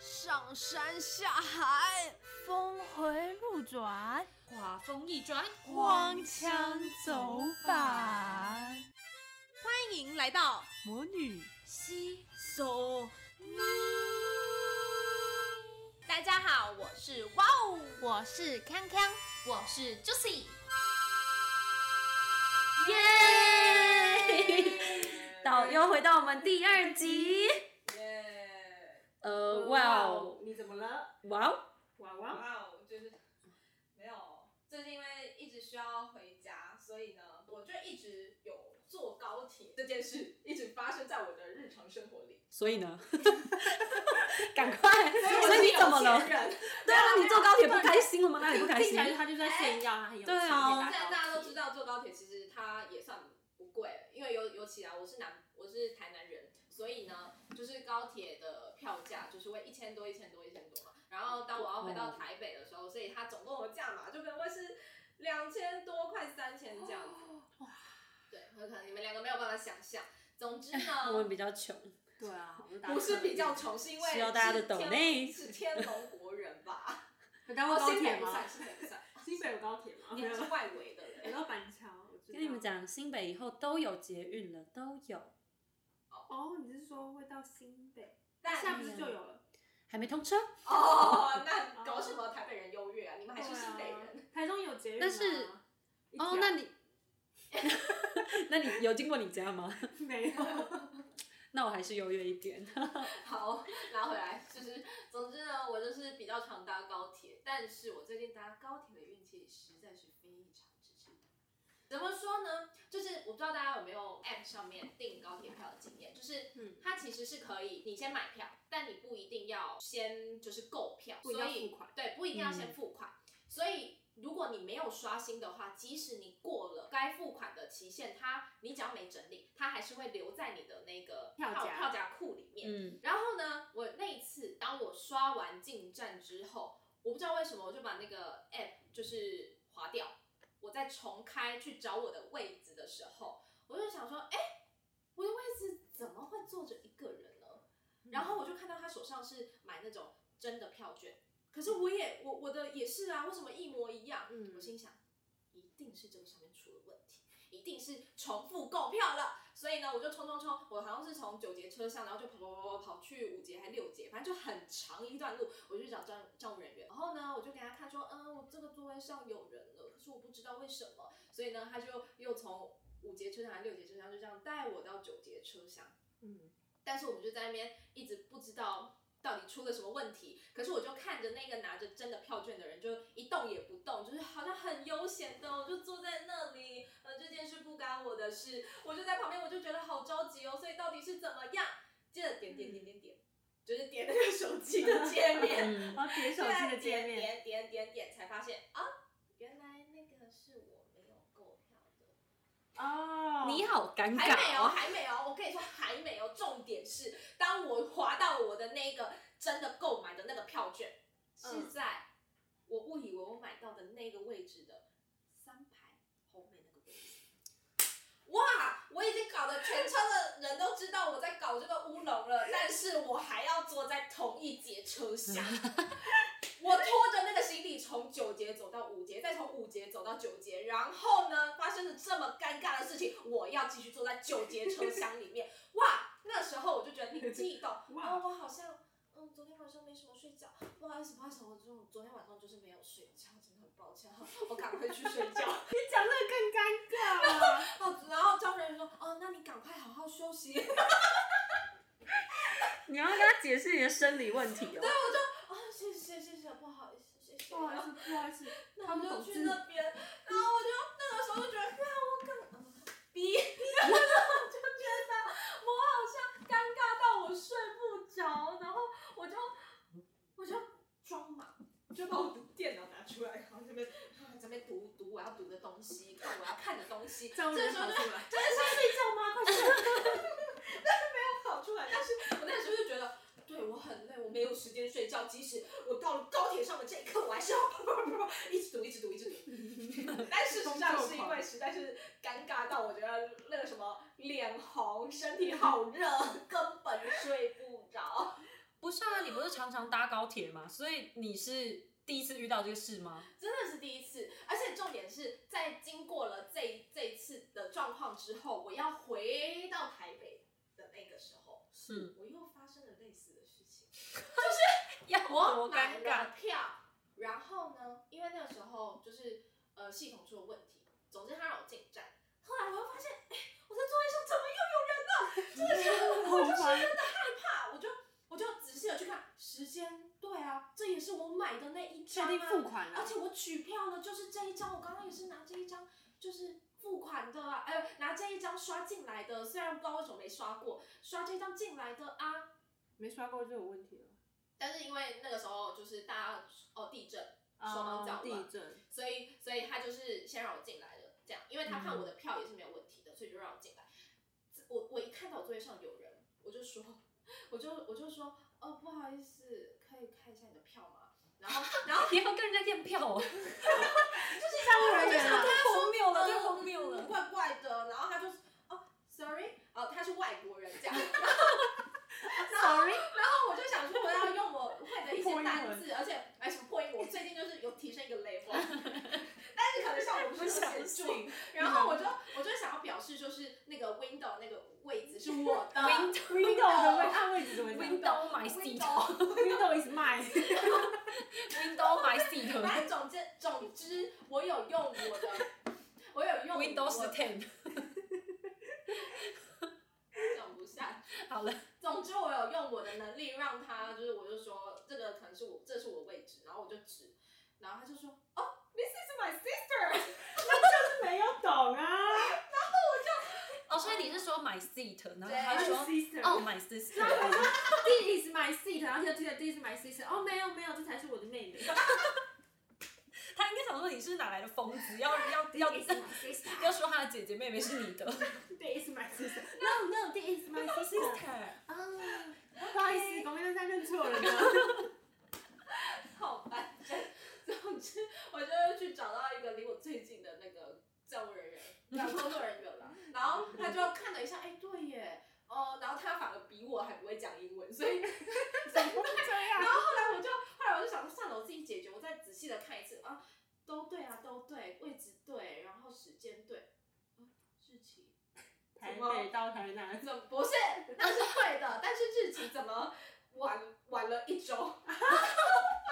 上山下海，峰回路转，画风一转，荒腔走板。欢迎来到魔女西。 So。大家好，我是哇哦，我是康康，我是 Juicy。导 游回到我们第二集。耶！呃，哇哦，，你怎么了？哇哦，哇哇哦，就是没有。最近因为一直需要回家，所以呢，我就一直有坐高铁这件事，一直发生在我的日常生活里。所以 呢？赶快！所是以你怎么了有？钱人对啊，你坐高铁不开心了吗？哪里不开听心起？来他就在炫耀他很有钱。对啊现在大家都知道坐高铁其实它也算不贵，因为尤尤其啊，我是南我是台南人，所以呢，就是高铁的票价就是会一千多、一千多、一千多嘛。然后当我要回哦到台北的时候，所以它总共的价码就可能会是两千多，快三千这样子。哦对，很可能你们两个没有办法想象。总之 我们呢，比较穷，对啊，不是比较穷，是因为需要大家的是天抖内是天龙国人 吧？有搭过哦，高新铁北不吗算，？新北不算，新北有高铁吗？你是外围的有 人。到板桥，我知道跟你们讲，新北以后都有捷运了，都有，哦，你是说会到新北？但现在不是就有了？还没通车。哦，那搞什么台北人优越啊？你们还是新北人。对啊台中有捷运吗，但是一条哦，那你，那你有经过你家吗？ 没 有。那我还是优越一点。好，拿回来，就是总之呢，我就是比较常搭高铁，但是我最近搭高铁的运气实在是非常之差。怎么说呢？就是我不知道大家有没有 App 上面订高铁票的经验，就是嗯它其实是可以你先买票，但你不一定要先就是购票，不一所定要以付款嗯对，不一定要先付款。所以如果你没有刷新的话，即使你过了该付款的期限，它你只要没整理，它还是会留在你的那个票夹票夹库里面。嗯，然后呢，我那一次当我刷完进站之后，我不知道为什么我就把那个 app 就是划掉。我在重开去找我的位置的时候，我就想说，哎、我的位置怎么会坐着一个人呢？然后我就看到他手上是买那种真的票券，可是我也我我的也是啊，为什么一模一样？嗯我心想，一定是这个上面出了问题，一定是重复购票了。所以呢，我就冲冲冲，我好像是从九节车厢，然后就跑跑跑跑跑去五节还六节，反正就很长一段路，我就去找站站务人员。然后呢，我就给他看说，嗯，我这个座位上有人了，可是我不知道为什么。所以呢，他就又从五节车厢还是六节车厢就这样带我到九节车厢。嗯，但是我们就在那边一直不知道到底出了什么问题。可是我就看着那个拿着真的票券的人，就一动也不动，就是好像很悠闲的，哦我就坐在那里。呃，这件事不干我的事，我就在旁边，我就觉得好着急哦。所以到底是怎么样？接着点点点点点，就是点那个手机的界 面。嗯，然后点手机的界面。啊点点点点才发现啊，原来那个是我没有购票的。啊哦，你好尴还没尬有，哦。还没有，我跟你说还没有。重点是，当我划到我的那个真的购买的那个票券，嗯是在我误以为我买到的那个位置的三排后面那个位置。哇！我已经搞得全车的人都知道我在搞这个乌龙了，但是我还要坐在同一节车厢。 我拖着那个行李从九节走到五节，再从五节走到九节，然后呢，发生了这么尴尬的事情，我要继续坐在九节车厢里面。哇，那时候我就觉得灵机一动，哇啊，我好像。嗯，昨天晚上没什么睡觉，不好意思，不好意思，我昨嗯昨天晚上就是没有睡觉，真的很抱歉，我赶快去睡觉。讲这个更尴尬了。哦，然后张人说，哦，那你赶快好好休息。 哦你要跟他解释你的生理问题哦。啊、谢谢谢谢，不好意思，谢谢。不好意思，不好意思， 那他我们就懂去字。那边，然后我就那个时候就觉得，看我干嘛逼， 然后就觉得我好像尴尬到我睡不着，然后我就我就装嘛，我就把我的电脑拿出来，然后这边啊这边读读我要读的东西，看我要看的东西，这张个人时候跑就出来，真的是睡觉吗？快睡！跑出来，但是我那时候就觉得，对我很累，我没有时间睡觉。即使我到了高铁上的这一刻，我还是要啪啪啪啪一直读，一直读，一直读。 但事实上是因为实在是尴尬到我觉得那个什么脸红，身体好热，根本睡不着。不是啊，你不是常常搭高铁吗？所以你是第一次遇到这个事吗？ 真的是第一次，而且重点是在经过了这一这一次的状况之后，我要回到台北的那个时候，是我又发生了类似的事情。要我多买尴尬了？票，然后呢，因为那个时候就是呃系统出了问题，总之他让我进站。后来我又发现，哎，我在座位上怎么又有人了？这个时候我就十分的害怕，我就我就仔细的去看时间，对啊，这也是我买的那一确张定啊，付款而了，且我取票呢就是这一张，我刚刚也是拿这一张就是付款的啊，哎、拿这一张刷进来的，虽然不知道为什么没刷过，刷这一张进来的啊，没刷过就有问题了。但是因为那个时候就是大家哦地震，手忙脚哦地乱，震，所以所以他就是先让我进来的，这样，因为他嗯看我的票也是没有问题的，所以就让我进来。我我一看到我座位上有人，我就说， 我就我就说，哦不好意思，可以看一下你的票吗？然后然 后你要跟人家验票哦，站务人员啊，太荒谬了，呃太荒谬嗯 了。怪怪的，然后他就哦，sorry，哦他是外国人这样。 ，sorry，然后我就想说，我要用我会的一些单字，而且哎什么破音，我最近就是有提升一个 level，但是可能效果不是很显著。然后我就我就想要表示，就是那个 window 那个位置是我的 window 的位按位置怎么讲啊 Window my seat，Window window。 ？window is mine， my 反 seat，Windows 正总之总之，我有用我的，我有用我 ten。讲不下去好了，总之，我有用我的能力让他，就是我就说这个可能是我，这是我位置，然后我就指，然后他就说哦，this is my sister，没有懂啊。哦，所以你是说 my seat，然后他还对说 sister，哦 my 然后 sister，他说 this is my seat，然后就记得 this is my sister，哦没有没有，这才是我的妹妹。他应该想说你是哪来的疯子，要要要 this is my sister，要说他的姐姐妹妹是你的 this is my sister，no no this is my sister， sister。啊，不好意思，广面大家认错了呢。 好烦人。总之，我就去找到一个离我最近的那个站务人员，那工作人员了，然后他就看了一下，哎，对耶，哦、然后他反而比我还不会讲英文，所以 怎么会这然样？后后来我就后来我就想说算了，我自己解决，我再仔细的看一次啊，都对啊，都对，位置对，然后时间对，啊日期台北到台南，怎么不是？那是对的，但是日期怎么晚晚了一周？ 我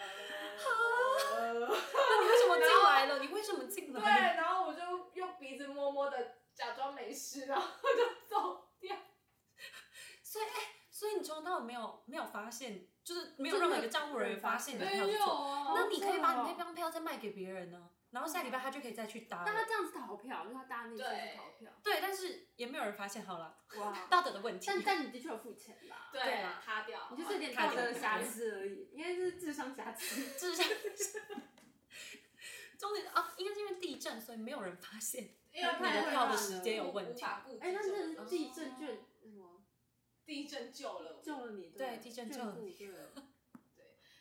就呃， 那你为什么进来了？你为什么进对，来？然后我就用鼻子摸摸的假装没事，然后就走掉。所以哎、所以你从头到尾没有没有发现，就是没有真的任何一个账户人员发现你的没票是错。啊那你可以把好你扯哦那张票再卖给别人呢、然后下礼拜他就可以再去搭但他了。这样子逃票，就是他搭那次是逃票。对，但是也没有人发现。好了，哇！道德的问题。但但你的确有付钱吧？对对啊塌掉，你就是有点道德瑕疵而已，应该是智商瑕疵。智商 重点啊，应该是因为地震，所以没有人发现。因为你太的会票的让时人间有无问题无法顾及 哎，那这种真的东是西地震卷什么地震救了我。救了你？对地震救了你眷顾对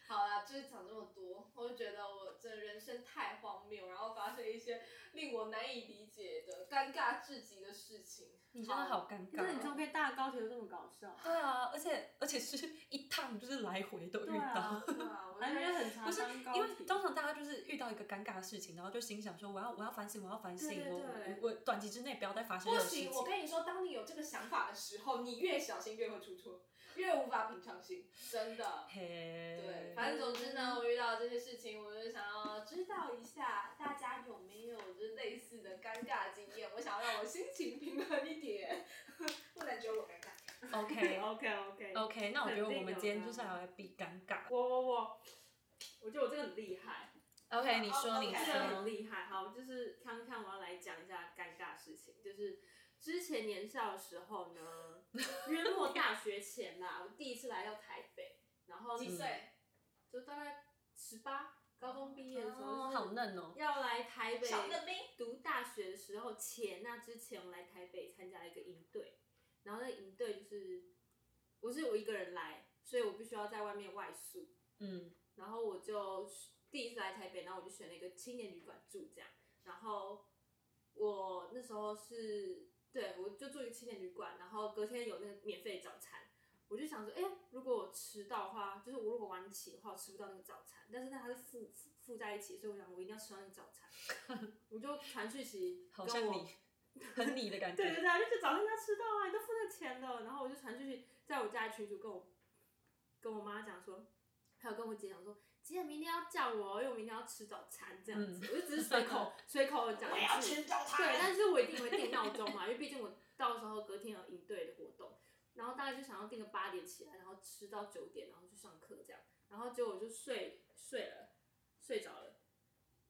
好啦，就是讲这么多，我就觉得我这人生太荒谬，然后发生一些令我难以理解的尴尬至极的事 情。你真的好尴尬可是你中哦。间搭高铁都这么搞笑，对啊，而且而且是一趟就是来回都对遇到。啊，对啊，我完真全的很常不是搭因高为铁。通常大家就是遇到一个尴尬的事情，然后就心想说我要我要反省，我要反省，对对我对我我短期之内不要再发生不这种事行，情。我跟你说，当你有这个想法的时候，你越小心越会出错，越无法平常心，真的。嘿，对，反正总之呢，我遇到这些事情，我就想要知道一下大家有没有就是类似的尴尬经验，我想要让我心情平衡一点， 不能只有我尴尬。 OK OK OK OK，那我觉得肯定我们有今天的就是要来比尴尬。我我我，我觉得我这个很厉害， OK，你哦说你这个说，很厉害。好，就是康康，我要来讲一下尴尬事情，就是之前年少的时候呢，约莫大学前啦，我第一次来到台北，然后几岁？就大概十八，高中毕业的时候，哦，好嫩哦。要来台北小嫩兵读大学的时候前，那之前我来台北参加了一个营队，然后那个营队就是我是我一个人来，所以我必须要在外面外宿，嗯，然后我就第一次来台北，然后我就选了一个青年旅馆住这样，然后我那时候是对我就住一个青年旅馆，然后隔天有那个免费早餐，我就想说，哎、如果我迟到的话，就是我如果晚起的话，我吃不到那个早餐。但是那它是附附附在一起，所以我想我一定要吃到那个早餐。 我就传讯息好跟我，像你，很你的感对对觉。对啊，就是早上他吃到啊，你都付那钱了。然后我就传出去，在我家群主跟我跟我妈讲说，还有跟我姐讲说，姐明天要叫我哦，因为我明天要吃早餐这样子。我就只是随 口随口讲嗯我要一吃句，早餐。对，但是我一定会定闹钟嘛，因为毕竟我到时候隔天有营队的活动，然后大概就想要定个八点起来，然后吃到九点，然后去上课这样。然后结果我就睡睡了，睡着了。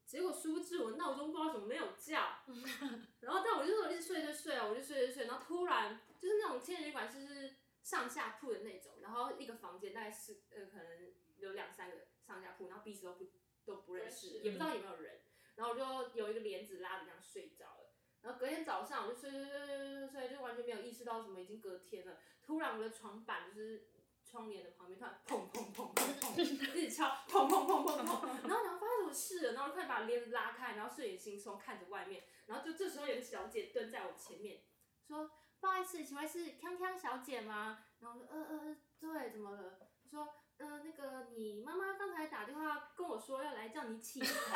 结果殊不知我闹钟不知道怎么没有叫， 然后但我就说我一直睡就睡啊，我就睡就睡，然后突然就是那种青年旅馆就是上下铺的那种，然后一个房间大概是呃可能有两三个上下铺，然后彼此都不都不认不识，认识嗯也不知道有没有人，然后我就有一个帘子拉着这样睡着了。然后隔天早上我就睡睡睡睡睡睡睡，就完全没有意识到什么已经隔天了。突然我的床板就是窗帘的旁边突然砰砰砰砰砰一直敲，砰砰砰砰砰，然后然后发生什么事了，然后我就快把帘子拉开，然后睡眼惺忪看着外面，然后就这时候有个小姐蹲在我前面说：“不好意思，请问是康康小姐吗？”然后我说：“呃呃，对，怎么了？”她说：“呃，那个你妈妈刚才打电话跟我说要来叫你起床。”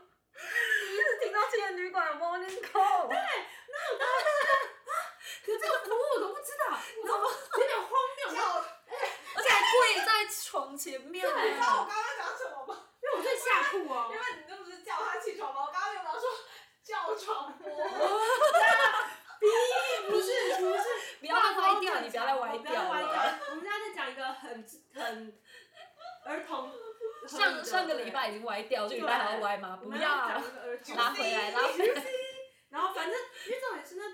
听到青年旅馆 morning call，可这个服务我都不知道，然后有点荒谬。然后叫而且还跪 在床前面哦呢。你知道我刚刚讲什么吗？因为我在 下铺哦因，为你那不是叫他起床吗？我刚刚有没有说叫床播？ 不是不是，不要再歪掉，你不要再歪不要再掉歪了。掉。我们现在在讲一个很很儿童合理上的上个礼拜已经歪掉，这个礼拜还要歪吗？我不们要，讲一个儿童拉回来，拉回来。然后反正因为重点是那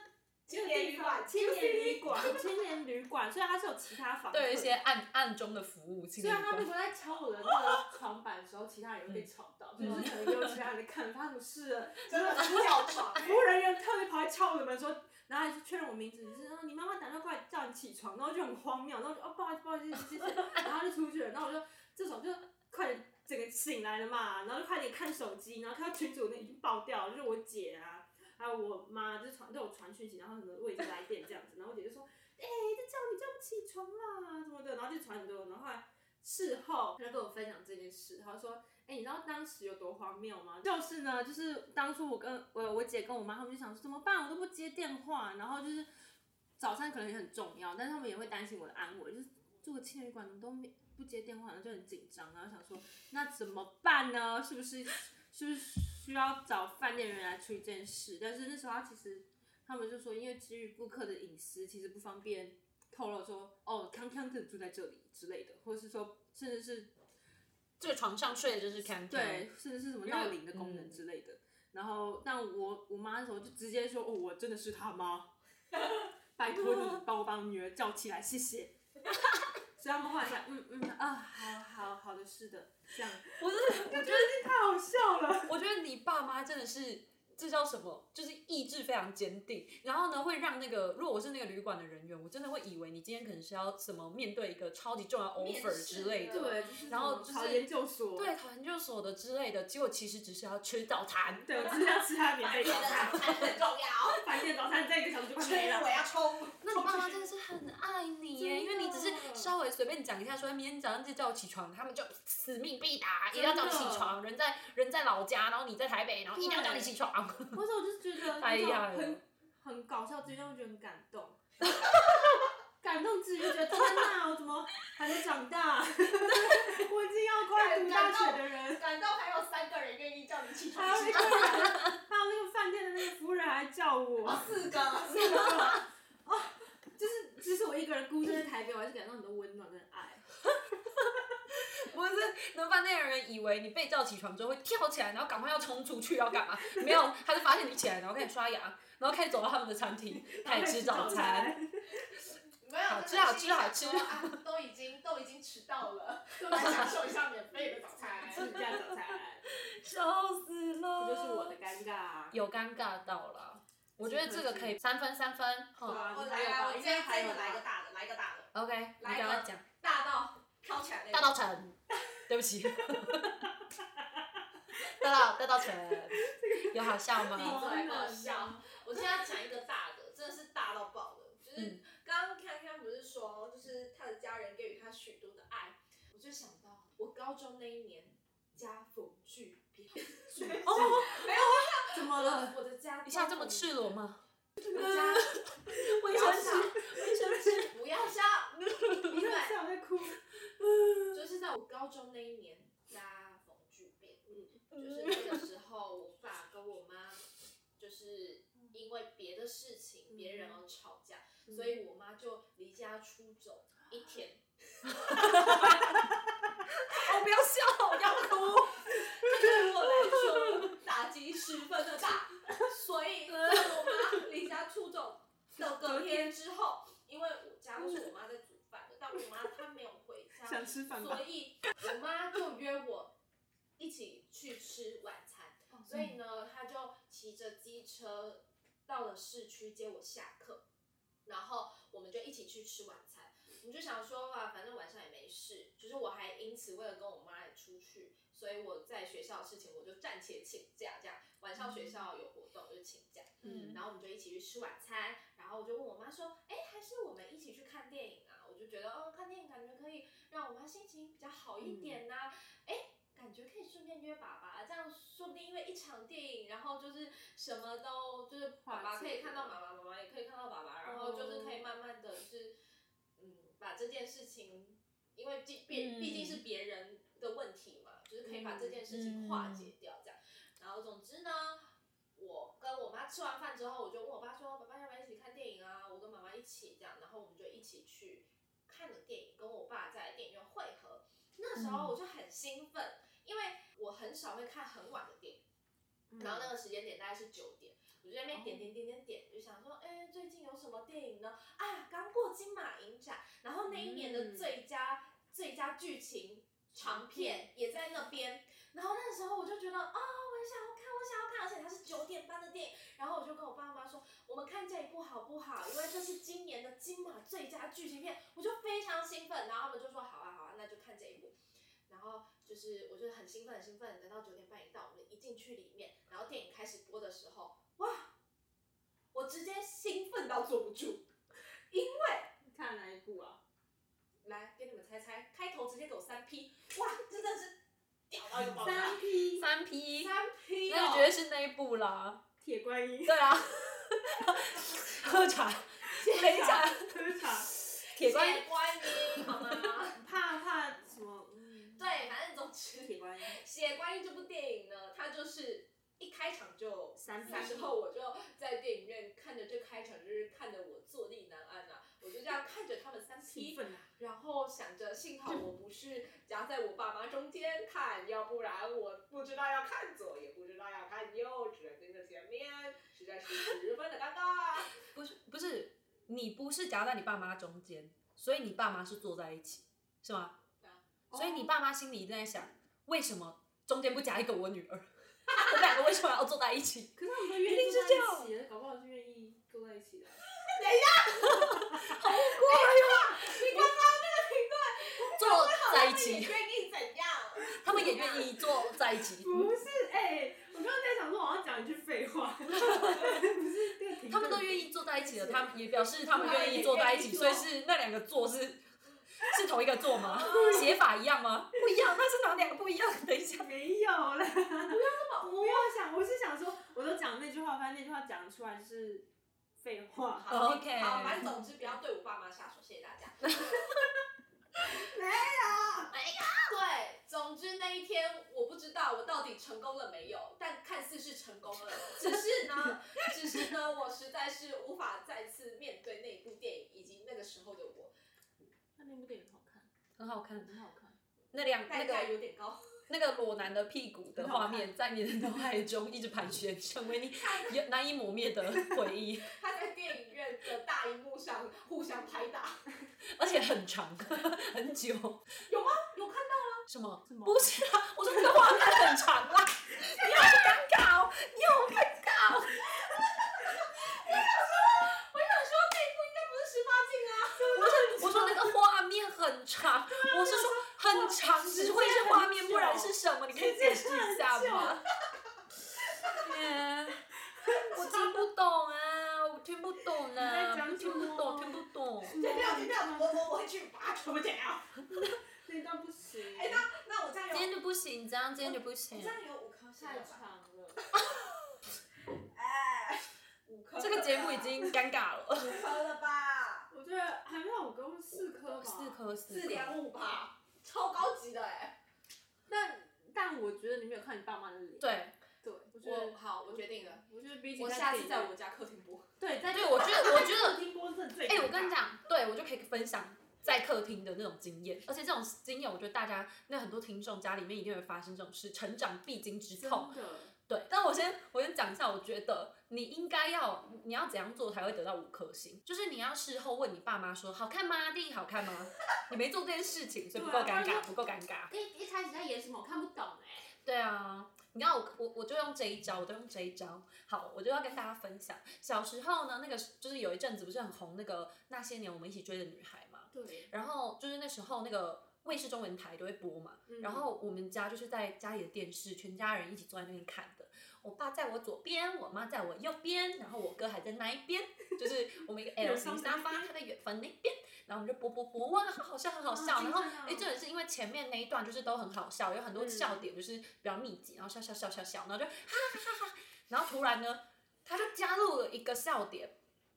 青年旅馆青年旅馆、青年旅馆，虽然它是有其他房客，对一些暗暗中的服务，青虽年然旅他那时馆。候在敲我的那个床板的时候，其他人会被吵到，所以我嗯就可能有其他人在看发生什么事了。 真的是叫床。欸服务人员特别跑来敲我的门说，然后还确认我名字，就是啊，你妈妈打电话过来叫你起床，然后就很荒谬，然后我就哦不好意思不好意思谢谢，然后就出去了，然后我就这种就快点整个醒来了嘛，然后就快点看手机，然后看到群主那已经爆掉了，就是我姐啊，还有我妈就是传对我传讯息，然后什么我已经来电这样子，然后我姐就说，哎、这叫你叫我起床啦什么的，然后就传很多，然后后来事后她就跟我分享这件事，她就说。哎、你知道当时有多荒谬吗？就是呢，就是当初我跟我我姐跟我妈，他们就想说怎么办，我都不接电话，然后就是早餐可能也很重要，但是他们也会担心我的安危，就是住个青旅馆怎么都没不接电话，然后就很紧张，然后想说那怎么办呢？是不是是不是需要找饭店人来处理这件事？但是那时候他其实他们就说，因为基于顾客的隐私，其实不方便透露说哦，康康特住在这里之类的，或者是说甚至是这个床上睡的就是看看。对，嗯甚至是什么闹铃的功能之类的。然后，但我我妈那时候就直接说：“哦，我真的是他 妈，拜托你帮我把我女儿叫起来，谢谢。”所以他们后来才嗯嗯啊，好好好的，是的，这样我真的，我觉得，太好笑了。我觉得你爸妈真的是。这叫什么？就是意志非常坚定，然后呢，会让那个如果我是那个旅馆的人员，我真的会以为你今天可能是要什么面对一个超级重要面 offer 试之类的的，对，就是然后什就是么考研究所，对，考研究所的之类的，结果其实只是要吃早餐。对，我只是要吃他的免费你的早 餐，早餐很重要，饭店早餐在一个小时就快没吹了。 我要冲。那你爸妈真的是嗯很爱你耶，真的因为你只是稍微随便讲一下说明天早上记得叫我起床，他们就死命必达，一定要叫你起床。人在人在老家，然后你在台北，然后一定要叫你起 床。或者我就觉 得哎那种呀很很搞笑之余，让我觉得很感动，感动之余就觉得天哪，我怎么还没长大？ 我已经要快读大学的人，感到还有三个人愿意叫你起还床有吃那个人，还有那个饭店的那个服务人还叫 我， 哦哦四个，就是即使我一个人孤身在台北，我还是感到很多温暖跟爱。不是，能饭店的人以为你被叫起床之后会跳起来，然后赶快要冲出去要干 嘛？没有，他是发现你起来，然后开始刷牙，然后开始走到他们的餐厅，开始吃早餐。，没有，好真吃的好心吃想好吃说啊，都已经都已经迟到了，就来享受一下免费的早 餐。吃家早餐， 笑死了这就是我的尴尬。有尴尬到了，我觉得这个可以三分三分。对哈啊我你还来有啊，吧我应今该天还这有个来个吧大的，来一个大的， ，OK，你来刚吧刚讲大到飘起来那大种。道城，对不起，大道大道城，有好笑吗？闭 嘴，好笑。我现在讲一个大的，真的是大到爆的，就是嗯刚刚康康不是高中那一年家逢巨变，哦，没有啊，怎么了？我的家一下这么赤裸吗？我家卫生纸卫生纸，不要 笑，你闭看嘴。笑在哭，就是在我高中那一年家逢巨变，就是那个时候我爸跟我妈就是因为别的事情、别人而吵架，所以我妈就离家出走一天，我不要笑，我要哭。这 对我来说打击十分的大，所以在我妈离家出走的隔天之后，因为我家都是我妈在煮饭的，但我妈她没有回家，想吃饭吧所？以我妈就约我一起去吃晚餐，所以呢，她就骑着机车到了市区接我下课，然后我们就一起去吃晚餐。我们就想说啊，反正晚上也没事，就是我还因此为了跟我妈也出去，所以我在学校的事情我就暂且请假，这样晚上学校有活动就请假。嗯然后我们就一起去吃晚餐，然后我就问我妈说，哎，还是我们一起去看电影啊？我就觉得，哦，看电影感觉可以让我妈心情比较好一点呐、哎、感觉可以顺便约爸爸，这样说不定因为一场电影，然后就是什么都就是爸爸可以看到妈妈，妈妈也可以看到爸爸，然后就是可以慢慢的就是，嗯，把这件事情，因为毕毕嗯毕竟是别人的问题嘛，就是可以把这件事情化解掉这样。然后总之呢，我跟我妈吃完饭之后，我就问我爸说：“爸爸要不要一起看电影啊？”我跟妈妈一起这样，然后我们就一起去看了电影，跟我爸在电影院汇合。那时候我就很兴奋，因为我很少会看很晚的电影，然嗯后那个时间点大概是九点。我就在那边点点点点点，就想说，哎、最近有什么电影呢？啊，刚过金马影展，然后那一年的嗯最佳、最佳剧情长片也在那边，然后那时候我就觉得啊、我也想要看，我想要看，而且它是九点半的电影，然后我就跟我爸妈说，我们看这一部好不好？因为这是今年的金马最佳剧情片，我就非常兴奋，然后他们就说好啊好啊，那就看这一部。然后就是我就很兴奋很兴奋，等到九点半一到，我们一进去里面，然后电影开始播的时候，哇，我直接兴奋到坐不住，因为看哪一部啊？来给你们猜猜，开头直接给我三 P，哇，真的是屌到一个爆炸，三 P 三 P，哦三 P 那就绝对是那一部啦。铁观音，对啊，喝茶，陪茶，喝茶，啊铁观音铁观音好吗？怕怕什么？嗯，对，反正总之，铁观音，写关于这部电影呢，它就是一开场就三 P 那时候我就在电影院看着这开场，就是看着我坐立难安啊，我就这样看着他们三 P，气氛啊，然后想着，幸好我不是夹在我爸妈中间看，要不然我不知道要看左，也不知道要看右，只能跟着前面，实在是十分的尴尬。不是不是，你不是夹在你爸妈中间，所以你爸妈是坐在一起，是吗？对啊所以你爸妈心里一直在想，为什么中间不夹一个我女儿？ 我们两个为什么要坐在一起？可是他们都愿意一定是这样坐在一起的，搞不好是愿意坐在一起的。坐 在一起，愿意怎样？ 他们也愿意坐在一起，不是，哎、我刚刚在想说，我要讲一句废话，不是这个停顿他们都愿意坐在一起了，他们也表示他们愿意坐在一起，他所们也以愿意坐是那两个坐是。是同一个坐吗？写法一样吗？不一样，那是哪两个不一样？等一下，没有啦，不要那么，不要想，我是想说，我都讲那句话，反正那句话讲出来就是废话。好 OK 好，反正总之不要对我爸妈下手，谢谢大 家。对，总之那一天我不知道我到底成功了没有，但看似是成功了。只是 呢，只是呢，我实在是无法再次面对那一部电影以及那个时候的我，那那部电影好看，很好看，很好 看。那两那代个价有点高。那个裸男的屁股的画面，在你的脑海中一直盘旋，成 为你也难以磨灭的回忆， 他在电影院的大荧幕上互相拍打，而且很长， 很久。有吗？有看到什么？什么不是啊，我说那个画面很长啦， 你好尴尬哦，你好尴尬哦。十八禁啊！不是，我说那个画面很长，我是说很长，只会是画面，时间很久不然是什么？你可以解释一下吗？嗯我听不懂啊，我听不懂你在啊，讲什听么不懂，听不懂。啊剪掉，剪掉，我我我会去拔，全部剪掉。那段不行。哎那我这样行，这样今天就不行这。样有五颗星太了吧？长了，哎，五颗了吧，这个节目已经尴尬了，五颗了吧？我觉得还没有五颗，四颗吧，四。颗四四颗。点五吧，超高级的哎。但但我觉得你没有看你爸妈的脸，对，对，我觉我得好，我决定了，我觉得比起我在下电次影在我家客厅播。对在对我觉得我觉得听播是最哎、我跟你讲，对我就可以分享在客厅的那种经验，而且这种经验，我觉得大家那很多听众家里面一定会发生这种事，成长必经之真痛。的。对，但我先我先讲一下，我觉得你应该要你要怎样做才会得到五颗星，就是你要事后问你爸妈说好看吗？弟弟好看吗？你没做这件事情，所以不够对啊尴不然尬，就不够尴尬。一一开始在演什么，我看不懂哎、对啊，你知道我我我就用这一招，我都用这一招。好，我就要跟大家分享，小时候呢，那个就是有一阵子不是很红那个那些年我们一起追的女孩嘛，对，然后就是那时候那个卫视中文台都会播嘛，嗯然后我们家就是在家里的电视，全家人一起坐在那边看的。我爸在我左边，我妈在我右边，然后我哥还在那一边，就是我们一个 L 型沙发，他在远方那边，然后我们就播播播，哇，好好笑，很好啊笑。然精后彩啊哎，这也是因为前面那一段就是都很好笑，有很多嗯笑点就是比较密集，然后笑笑笑笑笑，然后就哈哈哈哈，然后突然呢，他就加入了一个笑点，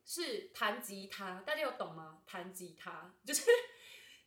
是弹吉他，大家有懂吗？弹吉他 就是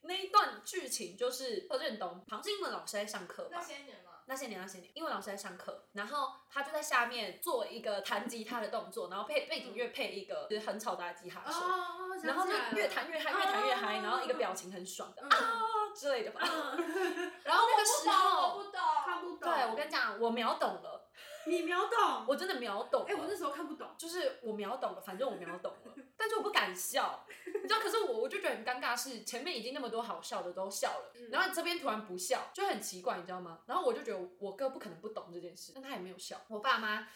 那一段剧情，就是我认懂，好像是英文老师在上课吧那。些年嘛，那些年，那些年，英文老师在上课，然后他就在下面做一个弹吉他的动作，然后配背景乐配一个就是很吵杂的吉他手，哦，然后就越弹越嗨，越弹越嗯嗨，然后一个表情很爽的啊之类的吧。 然后那个时我候，不懂，我看不懂。嗯不懂。对我跟你讲，我秒懂了，你秒懂，我真的秒懂了。哎、我那时候看不懂，就是我秒懂了，反正我秒懂了， 但是我不敢笑，你知道？可是我我就觉得很尴尬，是前面已经那么多好笑的都笑了，然后这边突然不笑，就很奇怪，你知道吗？然后我就觉得我哥不可能不懂这件事，但他也没有笑，我爸妈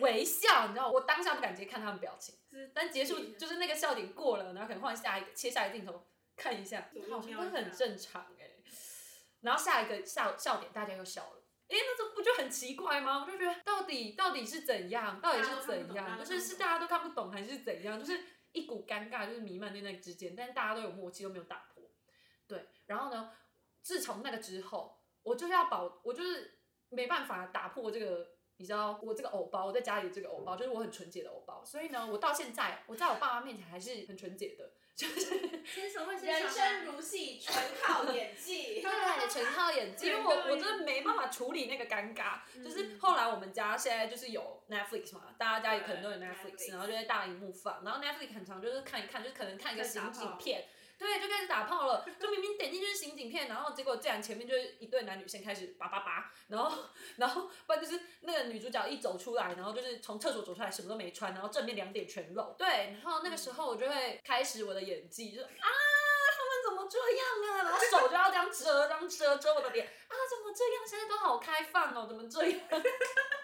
微笑，你知道，我当下不敢直接看他们表情，知但结束就是那个笑点过了，然后可能换下一个切下一个镜头看一下左，右好瞄像一下很正常哎、然后下一个笑笑点大家又笑了。哎，那这不就很奇怪吗？我就觉得到底到底是怎样，到底是怎样，大家都看不懂就是是大家都看不懂还是怎样，就是一股尴尬就是弥漫在那之间，但是大家都有默契，都没有打破。对，然后呢，自从那个之后，我就是要保，我就是没办法打破这个，你知道，我这个偶包，我在家里这个偶包，就是我很纯洁的偶包，所以呢，我到现在我在我爸妈面前还是很纯洁的，就是先手会人生如戏，全靠演 技。对，全靠演技，因为我我真的没办法处理那个尴尬。就是后来我们家现在就是有 Netflix 嘛，大家家里可能都有对 Netflix， Netflix 然后就在大荧幕放，然后 Netflix 很常就是看一看，就是可能看一个开始打刑警炮片。对，就开始打炮了，就明明点进去是刑警片，然后结果竟然前面就是一对男女生开始叭叭叭，然后然后不然就是那个女主角一走出来，然后就是从厕所走出来，什么都没穿，然后正面两点全露。对，然后那个时候我就会开始我的演技，就是啊，他们怎么这样啊？然后手就要这样遮，这样遮遮我的脸啊，怎么这样？现在都好开放哦，怎么这样？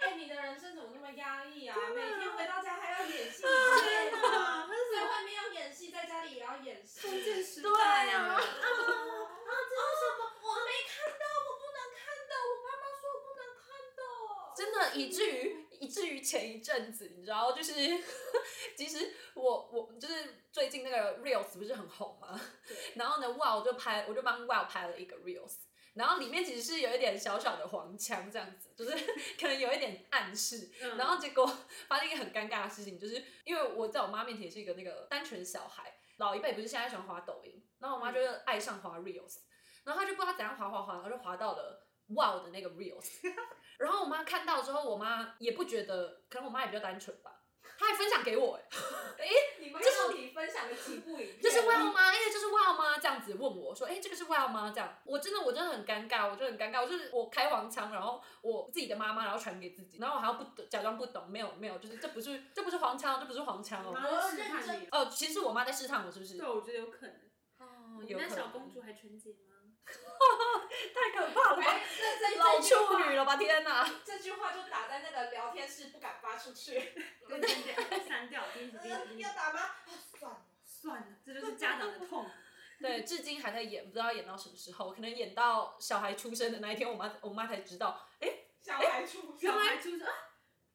哎，你的人生怎么那么压抑啊？每天回到家还要演戏，天哪！ 在外面要演戏，在家里也要演戏。封建时对代 啊啊，啊，这是什么？我没看到，我不能看到，我爸妈说我不能看到。真的以至于以至于前一阵子，你知道，就是 其实我我就是最近那个 reels 不是很红吗？然后呢，Wow 就拍，我就帮 Wow 拍了一个 reels。然后里面其实是有一点小小的黄腔这样子，就是 可能有一点暗示，嗯 然后结果发生一个很尴尬的事情，就是因为我在我妈面前也是一个那个单纯小孩，老一辈不是现在喜欢滑抖音，然后我妈就是爱上滑 reels，然后她就不知道怎样滑滑滑，然后就滑到了 wow 的那个 reels，然 后我妈看到之后，我妈也不觉得，可能我妈也比较单纯吧，她还分享给我、欸，你们到底分享了几部影片？这是 wow 吗？哎、这是 wow 吗？这样子问我说，哎、这个是 wow 吗？这样，我真的我真的很尴尬，我就很尴尬，我就是我开黄腔，然后我自己的妈妈，然后传给自己，然后我还要不懂假装不懂，没有没有，就是这不是这不是黄腔，这不是黄腔嗯我哦。妈在试探你，哦，其实我妈在试探我，是不是？对，我觉得有可能。哦你有可那能小公主还纯洁吗？太可怕了 吧！这哎这老这句处话女了吧？天哪！这句话就打在那个聊天室，不敢发 出去。删掉，删掉，停止，呃嗯停要止，打吗？啊，算了。哎算了，这就是家长的痛。对，至今还在演，不知道演到什么时候，可能演到小孩出生的那一天，我妈我妈才知道，哎、小孩出原生，来就是啊，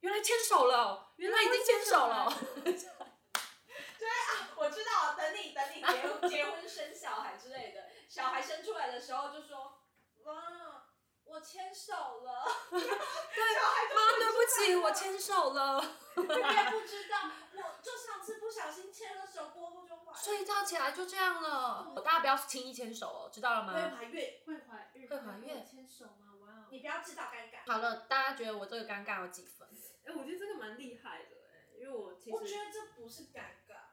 原来牵手了，原来来已经牵手了。我知道，等你等你结结婚生小孩之类的，小孩生出来的时候就说，妈，我牵牵手了，妈， 对不起，我牵手了。我也不知道，我就上次不小心牵了手，过后就怀了。睡觉起来就这样了，大家不要轻易牵手哦，知道了会吗？怀孕，会怀孕，会怀孕牵手吗？哇哦！你不要制造尴尬。好了，大家觉得我这个尴尬有几分？哎、我觉得这个蛮厉害的哎、因为我其我觉实，得这不是尴尬，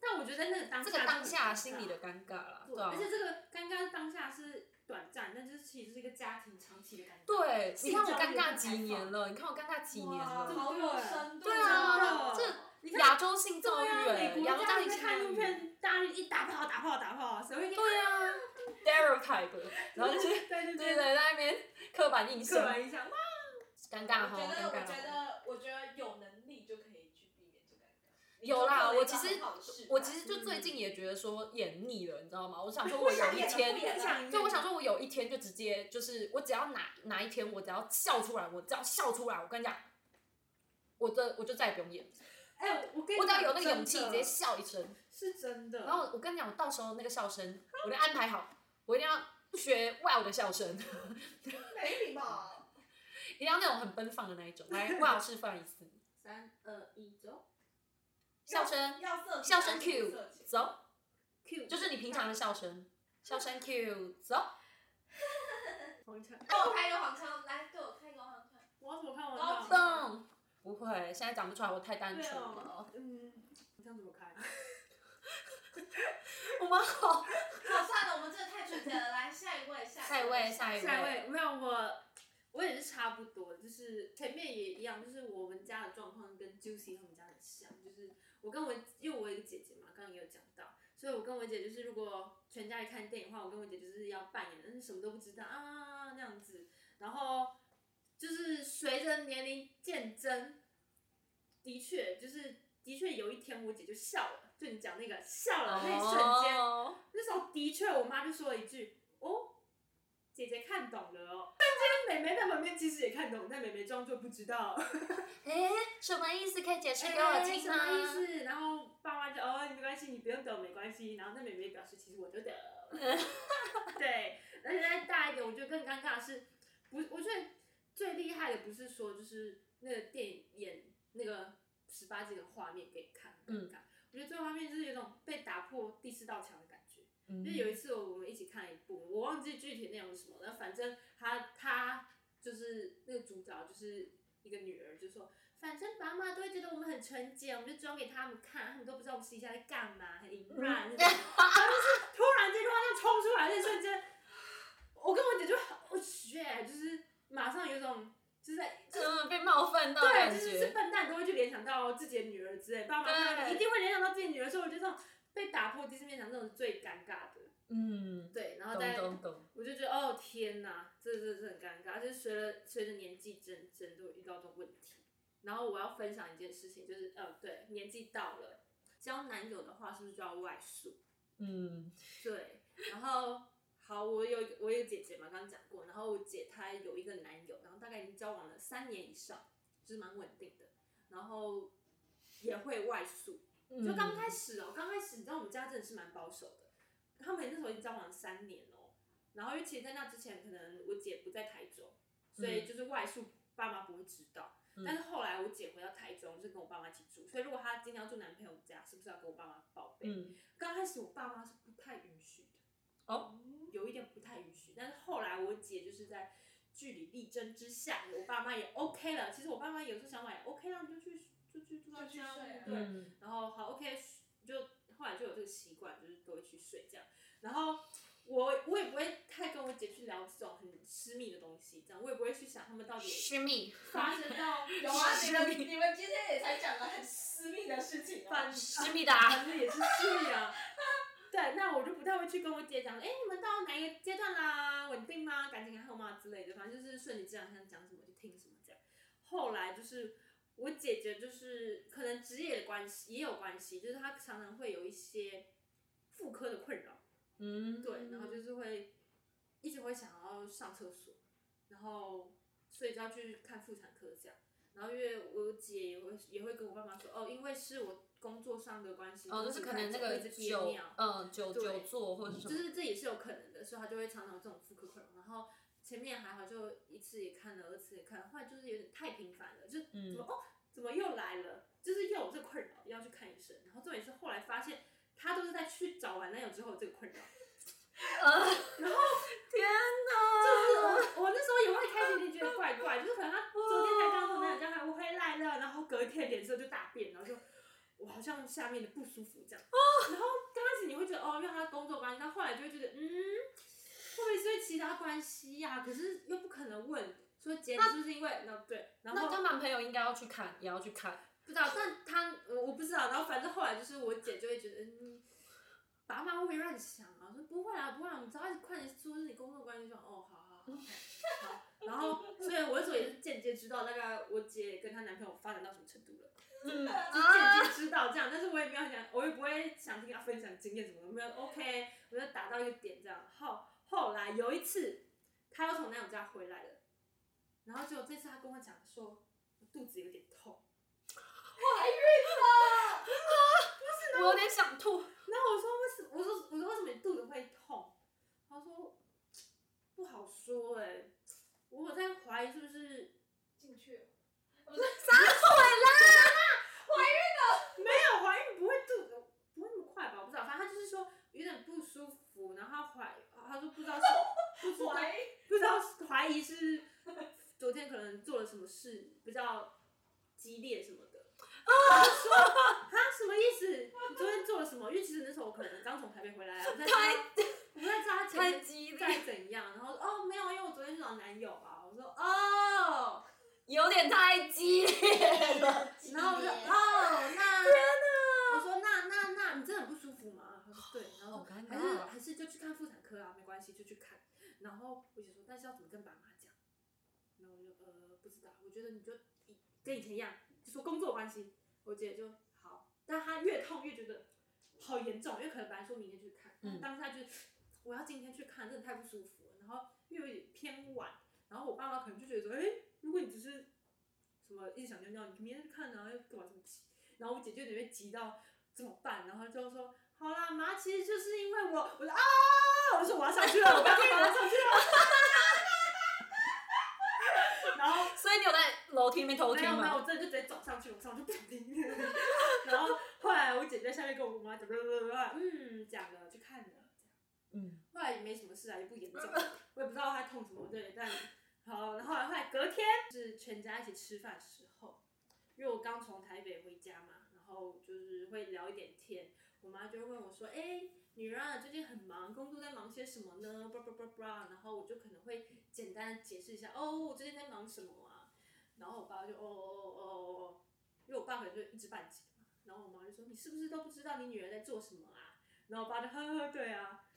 但我觉得在那个当下这就个很当下尴心里尬的尴尬啦，对，对啊而。且这个尴尬当下是短暂，但就是其实是一个家庭长期的尴尬。对，啊你性看我交尴流尬的几开年放了，你看我尴尬几年哇了。好有深度。对啊真的你看亚洲性教对育啊，美欸，国亚洲家家庭庭在性看教影育，片，大家一打炮打炮打炮，谁会给 对啊，stereotype，然后就是对对对对对，在那边刻板印刻象，板印象，哇，尴尬哈，我觉尴得，我尬哦觉齁。得，我觉得有能力就可以去避免这个尴尬。有啦，你我就其实做了一个很好的示范我其实就最近也觉得说演腻了，你知道吗？我想说，我不有想一演了天啊不，演影响就我想说，我有一天就直接就是，我只要哪哪一天，我只要笑出来，我只要笑出来，我跟你讲，我的我就再也不用演，哎、我我跟你我只要讲有那个勇气真直的接笑一声。是真的。然后我跟你讲，我到时候那个笑声，我就安排好，我一定要学 wow 的笑声， 没礼貌。一定要那种很奔放的那一种。来，wow 示范一次，三二一，走！ 笑声，要色情笑声还是不 cue，色情走， Q 就是你平常的笑声，笑声 cue，走。红尘，给哦我开一个黄腔，来给我开一个黄腔。我怎么看然哦我后的？动，不会，现在讲不出来，我太单对纯哦了。，嗯，这样怎么开？我们好，好，算了，我们这个太纯洁了。来，下一位，下下一位，下一位，下一位没有我，我也是差不多，就是前面也一样，就是我们家的状况跟 Juicy 他们家很像，就是我跟我因为我有一个姐姐嘛，刚刚也有讲到，所以我跟我姐就是如果全家一看电影的话，我跟我姐就是要扮演，但是什么都不知道啊那样子，然后就是随着年龄渐增，的确就是的确有一天我姐就笑了，就你讲那个笑了那一瞬间。哦那时候的确，我妈就说了一句：“哦，姐姐看懂了哦。”但今天妹妹在旁边其实也看懂，但妹妹装作不 知道，哎，什么意思？可以解释给我哎听什么意吗？思？然后爸妈就哦，没关系，你不用懂，没关系。然后那妹妹表示，其实我就 懂。对，而且再大一点，我觉得更尴尬的是，不，我觉得最厉害的不是说就是那个电影演那个十八禁的画面给你看，很嗯尴尬。我觉得最后画面就是有种被打破第四道墙的感觉。因为有一次我们一起看一部，我忘记具体内容是什么了，反正他他就是那个主角就是一个女儿，就说反正爸妈都会觉得我们很纯洁，我们就装给他们看，他们都不知道我们私底下在干嘛，很嗯淫乱那种。 然后就是突然间就那冲出来那瞬间，我跟我姐就我去，就是马上有种就是在嗯，被冒犯到的对，感就是是觉，笨蛋都会去联想到自己的女儿之类，爸妈看到对一定会联想到自己的女儿，所以我觉得这种被打破第四面墙这种是最尴尬的。嗯，对，然后懂再懂懂，我就觉得哦天哪，这这是很尴尬，就是随着随着年纪增增都会遇到这种问题。然后我要分享一件事情，就是呃对，年纪到了，交男友的话是不是就要外宿？嗯，对，然后好，我有一个我有姐姐嘛，刚刚讲过，然后我姐她有一个男友，然后大概已经交往了三年以上，就是蛮稳定的，然后也会外宿，嗯就刚开始，始哦，刚开始你知道我们家真的是蛮保守的，他们那时候已经交往三年哦，然后因为其实在那之前，可能我姐不在台中，所以就是外宿爸妈不会知嗯道。但是后来我姐回到台中，就是跟我爸妈一起住，所以如果她今天要住男朋友家，是不是要跟我爸妈报备？嗯，刚开始我爸妈是不太允许的，哦，有一点不太允许。但是后来我姐就是在据理力争之下，我爸妈也 OK 了。其实我爸妈有时候想法也 OK 了，你就去就去住到就去家睡啊对。嗯然后好 OK，就后来就有这个习惯，就是都会去睡这样。然后我我也不会太跟我姐去聊这种很私密的东西，这样我也不会去想他们到底私密，发生到有啊，你们你们今天也才讲了很私密的事情哦。反私密的啊，反正也是私密啊。 对，那我就不太会去跟我姐讲，哎、你们到哪一个阶段啦？稳定吗？感情还好吗？之类的，反正就是顺其自然，想讲什么就听什么这样。后来就是我姐姐，就是可能职业的关系也有关系，就是她常常会有一些妇科的困扰，嗯，对，然后就是会一直会想要上厕所，然后所以就要去看妇产科这样。然后因为我姐也会也会跟我爸妈说，哦，因为是我工作上的关系，哦，就是可能那个一直憋久尿，嗯，久对久坐或者什就么，是这也是有可能的，所以她就会常常有这种妇科困扰。然后前前面还好，就一次也看了，二次也看了，后来就是有点太频繁了，就怎嗯么、哦，怎么又来了？就是又有这困扰，要去看医生。然后重点是后来发现，他都是在去找完男友之后有这个困扰。呃天就是哪！我我那时候也会开始有点觉得怪怪，就是可能他昨天才刚从男友家来，我回来了，然后隔一天脸色就大变，然后就我好像下面的不舒服这样。然后刚开始你会觉得哦，因为他工作关系，但后来就会觉得嗯，会不会是因为其他关系呀、可是又不可能问说结是不是因为那对，然那后她男朋友应该要去看，也要去看。不知道，但他我我不知道，然后反正后来就是我姐就会觉得嗯。爸妈会不会乱想啊？我说不会啊，不会啊，我们只要一直快点说是你工作关系就好哦，好好好。然后，所以我那时候也是间接知道大概我姐跟她男朋友发展到什么程度了，嗯，就间接知道这样，但是我也没有想，我也不会想听她分享经验什么的，没有 OK，我就达到一个点这样。后后来有一次，她又从男友家回来了，然后结果这次她跟我讲说，我肚子有点我痛，有点想吐。然后我说为什我说我说为什么你肚子会痛？他说不好说哎、我有在怀疑是不是进去，没有怀孕不会肚子不会那么快吧？我不知道，反正他就是说有点不舒服，然后怀他说不知道是不知道怀不知道是怀疑是昨天可能做了什么事比较激烈什么的。啊！说啊，什么意思？你昨天做了什么？因为其实那时候我可能刚从台北回来啊，我在太我在知道他前太天激在烈，怎样，然后说哦没有，因为我昨天去找男友啊，我说哦。有点太激烈 了。然后我就哦，那天哪！我说那那那你真的很不舒服吗？他说对，然后啊好尴尬还是还是就去看妇产科啊，没关系，就去看。然后我就说，但是要怎么跟爸妈讲？然后我就呃不知道，我觉得你就以跟以前一样，就说工作关系。我姐就好，但她越痛越觉得好严重，因为可能本来说明天去看，嗯当下就我要今天去看，真的太不舒服了。然后又有点偏晚，然后我爸妈可能就觉得说，哎、如果你只是什么一直想尿尿，你明天去看啊，又干嘛这么急？然后我姐就有点被急到怎么办？然后就说，好啦，妈，其实就是因为我，我说啊，我说我要上去了，我刚刚我要上去了。然后所以你有在楼梯里面偷没听有没有，吗？我真的就直接走上去，我上去不想听。 然后后来我姐在下面跟我妈讲，嗯，讲了就看了，这样嗯，后来也没什么事啊，也不严重，我也不知道他痛什么，对，但好，然后后来后来隔天是全家一起吃饭的时候，因为我刚从台北回家嘛，然后就是会聊一点天，我妈就会问我说，哎、女儿啊，最近很忙，工作在忙些什么呢？叭叭叭叭，然后我就可能会简单的解释一下，哦，我最近在忙什么啊？然后我爸就哦哦哦哦哦，因为我爸可能就一知半解嘛，然后我妈就说，你是不是都不知道你女儿在做什么啊？然后我爸就呵呵，对啊。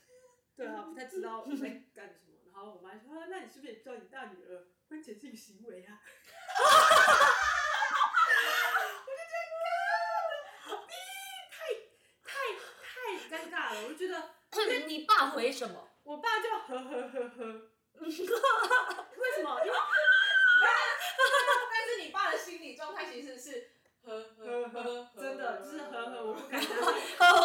对啊，不太知道我在干什么。然后我妈说、啊：“那你是不是也知道你大女儿婚前性行为啊？” 我就觉啊得，太太太尴尬了，我就觉得你爸回什么？我爸就呵呵呵 呵，为什么？因为但是你爸的心理状态其实是呵呵呵，真的就是呵呵，我不敢相信。呵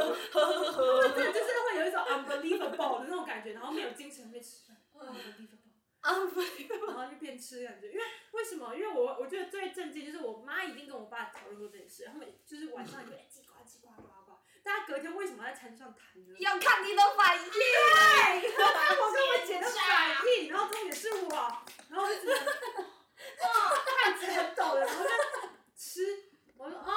呵对，呵真的就是会有一种 unbelievable 的那种感觉，然后没有精神被吃饭，unbelievable。啊！然后就变吃感觉，因为为什么？因为我我觉得最震惊就是我妈一定跟我爸讨论过这件事，他们就是晚上就哎叽呱叽呱呱呱，大家隔天为什么要在餐上谈呢？要看你的反应。我跟我姐的反应，然后重点是我，然后我 就觉得哇，太子很懂了，然后就吃，我说啊。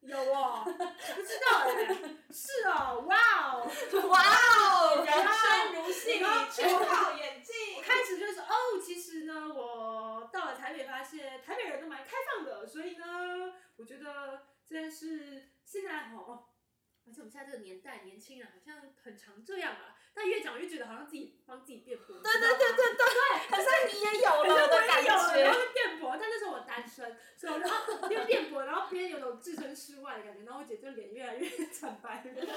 有哦，我不知道哎、是哦，哇哦， 哇哦！人生如戏，全靠演技。我开始就是哦，其实呢，我到了台北，发现台北人都蛮开放的，所以呢，我觉得这件事现在哦，哦而且我们现在这个年代，年轻人好像很常这样啊。但越讲越觉得好像自己帮自己辩驳，对对对对可是你也有我了的感也有了，觉。然后就辩驳，但那时候我单身，所以我就 啊，边辩驳，然后边有种置身事外的感觉，然后我姐就脸越来越惨白了。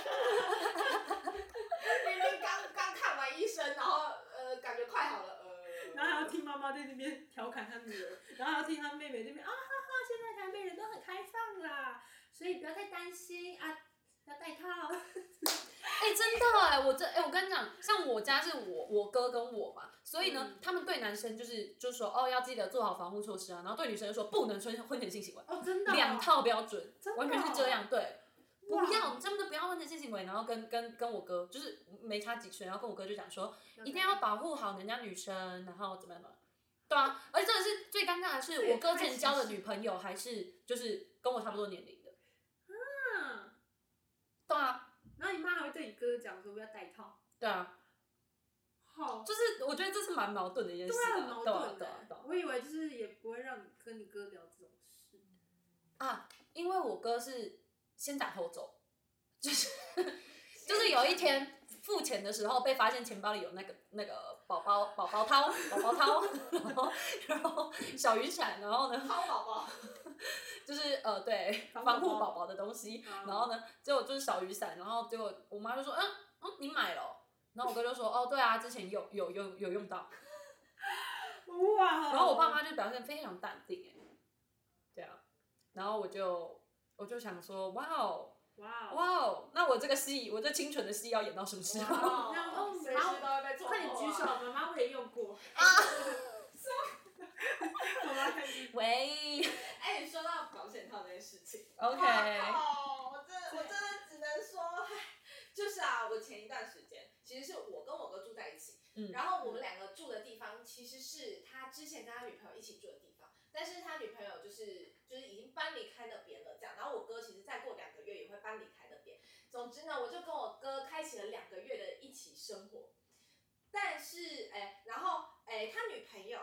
明明刚刚看完医生，然后呃，感觉快好了，呃，然后还要听妈妈在那边调侃她女儿，然后还要听她妹妹那边啊哈哈，现在台北人都很开放啦，所以不要太担心啊。要戴套。哎、真的哎、我这哎、我跟你讲，像我家是我我哥跟我嘛，所以呢，他们对男生就是就说哦，要记得做好防护措施啊，然后对女生就说不能出现婚前性行为，哦，真的、两、套标准，真的哦完全是这样，对。哇不要，真的不要婚前性行为，然后跟跟跟我哥就是没差几岁，然后跟我哥就讲说，一定要保护好人家女生，然后怎么样怎么样。对啊，而且真的是最尴尬的这是，也我哥之太前交的歧视女朋友还是就是跟我差不多年龄的。嗯。对啊，然后你妈还会对你哥讲说不要戴套。对啊，好，就是我觉得这是蛮矛盾的一件事对啊、啊，对很矛盾对的、啊对啊我以为就是也不会让你跟你哥聊这种事。欸啊，因为我哥是先斩后奏，就是就是有一天付钱的时候被发现钱包里有那个那个宝宝宝宝掏宝宝掏，然后然后小雨伞，然后呢掏宝宝，就是呃对防防护宝宝宝宝的东西，啊然后呢结果就是小雨伞，然后结果我妈就说嗯嗯你买了哦、然后我哥就说哦对啊之前有有用有用到，哇！然后我爸妈就表现非常淡定哎，对啊，然后我就我就想说哇哦。哇哦，哇哦，那我这个戏，我这清纯的戏要演到什么时候？这样哦随时都会被戳破啊快点举手，妈妈我也用过。好吧，开始 喂哎、说到保险套这件事情，OK，哇靠我真的我真的只能说，唉就是啊，我前一段时间其实是我跟我哥住在一起，嗯然后我们两个住的地方其实是他之前跟他女朋友一起住的地方，但是他女朋友就是就是已经搬离开那边了，这样，然后我哥其实再过两个月也会搬离开那边。总之呢，我就跟我哥开启了两个月的一起生活，但是哎，然后哎，他女朋友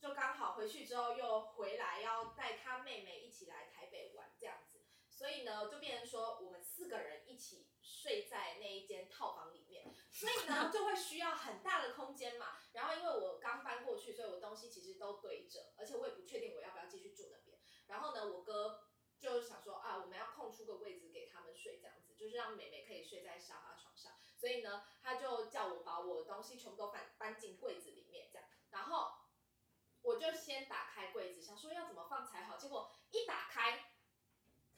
就刚好回去之后又回来，要带他妹妹一起来台北玩这样子，所以呢，就变成说我们四个人一起睡在那一间套房里面，所以呢就会需要很大的空间嘛。然后因为我刚搬过去，所以我东西其实都堆着，而且我也不确定我要不要继续住那边。然后呢，我哥就想说啊，我们要空出个位置给他们睡，这样子就是让妹妹可以睡在沙发床上。所以呢，他就叫我把我的东西全部都搬搬进柜子里面，这样。然后我就先打开柜子，想说要怎么放才好，结果一打开，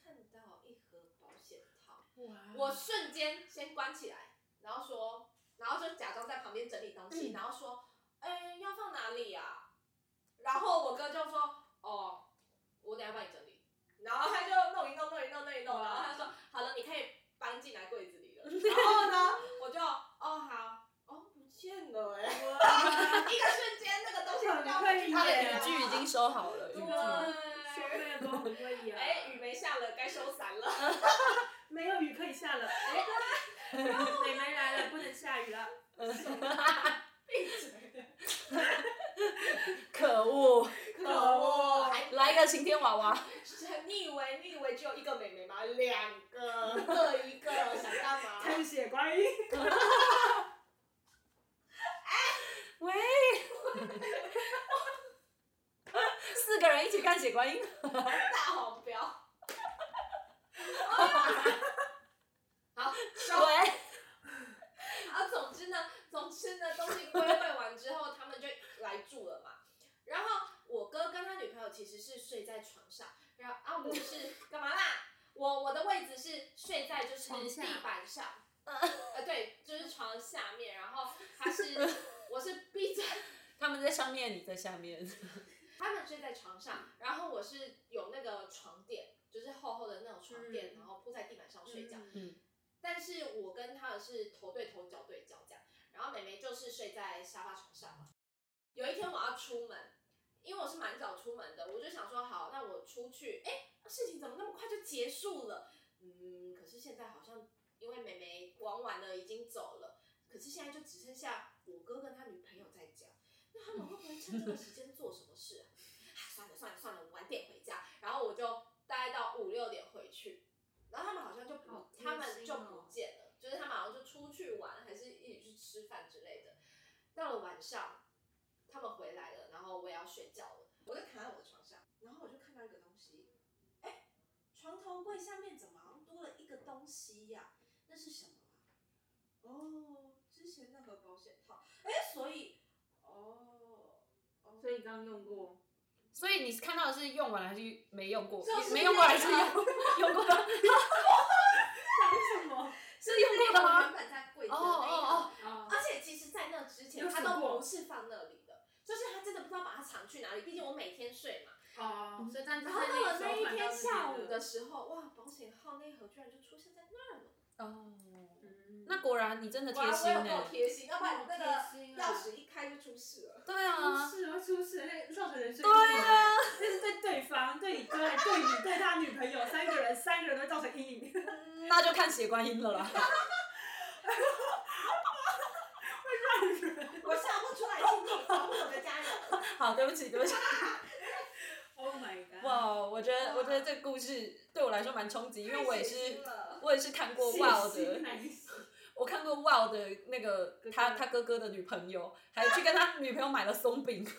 看到一盒保险套，我瞬间先关起来，然后说，然后就假装在旁边整理东西，然后说，嗯，要放哪里啊？然后我哥就说，哦，我等一下帮你整理。然后他就弄一弄，弄一弄，弄一弄，然后他说，好了，你可以搬进来柜子里了。然后呢，我就，哦好，哦不见了 哎、一个瞬间那个东西就掉回去很他的会语演句已经收好了，语句。兄对，妹都很会演。哎，雨没下了，该收伞了。 没有雨可以下了。哎，妹妹来了，不能下雨了。 可恶，可恶，还来个晴天娃娃，你以为你以为只有一个妹妹吗？两个，各一个，想干 嘛？开始写观音，喂， 四个人一起干血观音，大红 标。好，收。喂， 啊，总之呢，总之呢，东西归位完之后，他们就来住了嘛。然后我哥跟他女朋友其实是睡在床上，然后啊，我是干嘛啦？我我的位置是睡在就是床下嗯地板上，呃，对，就是床下面。然后 他是我是闭着，他们在上面，你在下面，他们睡在床上，然后我是有那个床垫，就是厚厚的那种床垫，嗯然后铺在地板上睡觉。嗯但是我跟他的是头对头、脚对脚这样，然后妹妹就是睡在沙发床上嘛。有一天我要出门，因为我是蛮早出门的，我就想说好，那我出去，哎，事情怎么那么快就结束了？嗯，可是现在好像因为妹妹玩完了已经走了，可是现在就只剩下我哥跟他女朋友在家，那他们会不会趁这个时间做什么事啊？啊算了算了算了，我晚点回家，然后我就大概到五六点回去，然后他们好像就不，好贴心他们就不哦见了，就是他们好像就出去玩，还是一起去吃饭之类的。到了晚上，他们回来了，然后我也要睡觉了，我就躺在我的床上，然后我就看到一个东西，哎，床头柜下面怎么好像多了一个东西呀、那是什么啊？哦，之前那盒保险套，哎，所以，哦，哦所以你刚刚用过。所以你看到的是用完了还是没用过 就是？没用过还是用用过？讲什 是用过的我吗？原本在柜子哦的那一哦个哦，啊，而且其实，在那之前有他数都过不是放那里的，就是他真的不知道把它藏去哪里。毕竟我每天睡嘛，哦，所以但然后到了那那一天下午的，时候，哇，保险号那盒居然就出现在那儿了。哦，嗯，那果然你真的哇，贴我心欸有呢、够贴心，要不然那个好贴心啊钥匙一开就出事了。对出啊，事会出事，那个造成人身对啊，那是对对方、对你哥、对你、对他女朋友三个人，三个人都会造成阴影。嗯那就看血观音了啦。 我笑不出来，请你保护我的家人。好，对不起，对不起。 Oh my god！哇，我觉得我觉得这个故事对我来说蛮冲 击，因为我也太血是腥了我也是看过血 Wow 腥的，难洗我看过 Wow 的那个哥哥他他哥哥的女朋友，还去跟他女朋友买了松饼。 对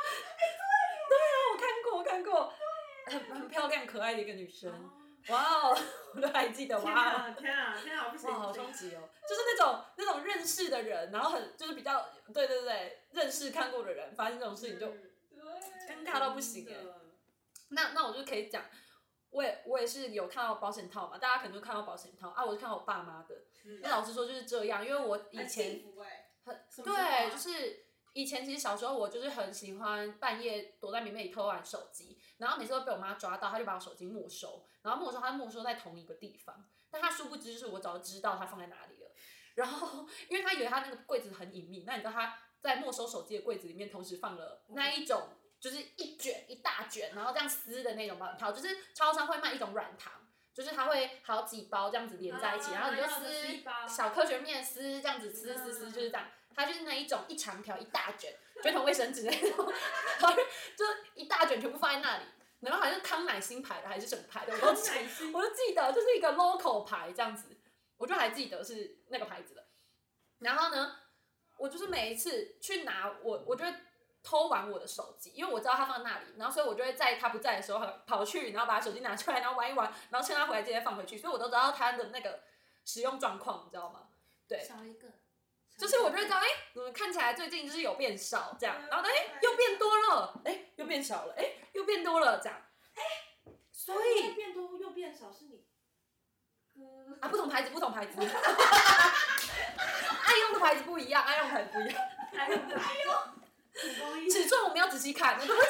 啊，我看过，我看过，很很漂亮可爱的一个女生。哇哦， 我都还记得天哇哦。啊天啊天啊！我不行，哇，好冲击哦！就是那种那种认识的人，然后很就是比较对对对，认识看过的人发生这种事情嗯就尴尬到不行哎、那那我就可以讲，我也我也是有看到保险套嘛，大家可能就看到保险套啊，我就看到我爸妈的。那老实说就是这样，因为我以前福哎，很什么时候啊对，就是以前其实小时候我就是很喜欢半夜躲在棉被里偷玩手机，然后每次都被我妈抓到，她就把我手机没收，然后没收她没收在同一个地方，但她殊不知就是我早就知道她放在哪里 了。然后，因为她以为她那个柜子很隐秘，那你知道她在没收手机的柜子里面，同时放了那一种就是一卷一大卷，然后这样撕的那种保险套，就是超商会卖一种软糖，就是它会好几包这样子连在一起，啊然后你就那要的是一包撕小科学面撕这样子撕撕撕，就是这样。它就是那一种一长条一大卷，卷筒卫生纸那种，然后就一大卷全部放在那里，然后好像是康乃馨牌的还是什么牌的，我都记难洗。我就记得就是一个 local 牌这样子，我就还记得是那个牌子的。然后呢，我就是每一次去拿我，我就会偷玩我的手机，因为我知道他放在那里，然后所以我就会在他不在的时候跑去，然后把手机拿出来，然后玩一玩，然后趁他回来直接放回去，所以我都知道他的那个使用状况，你知道吗？对少一个，就是我就会知道，哎、怎么看起来最近就是有变少这样，然后哎、又变多了，哎、又变少了，哎、又变多了这样，所以又变多又变少是你哥。啊，不同牌子，不同牌子，爱用的牌子不一样，爱用的牌子不一样，哎呦哎呦，蒲公英尺寸我们要仔细看。对不起，对不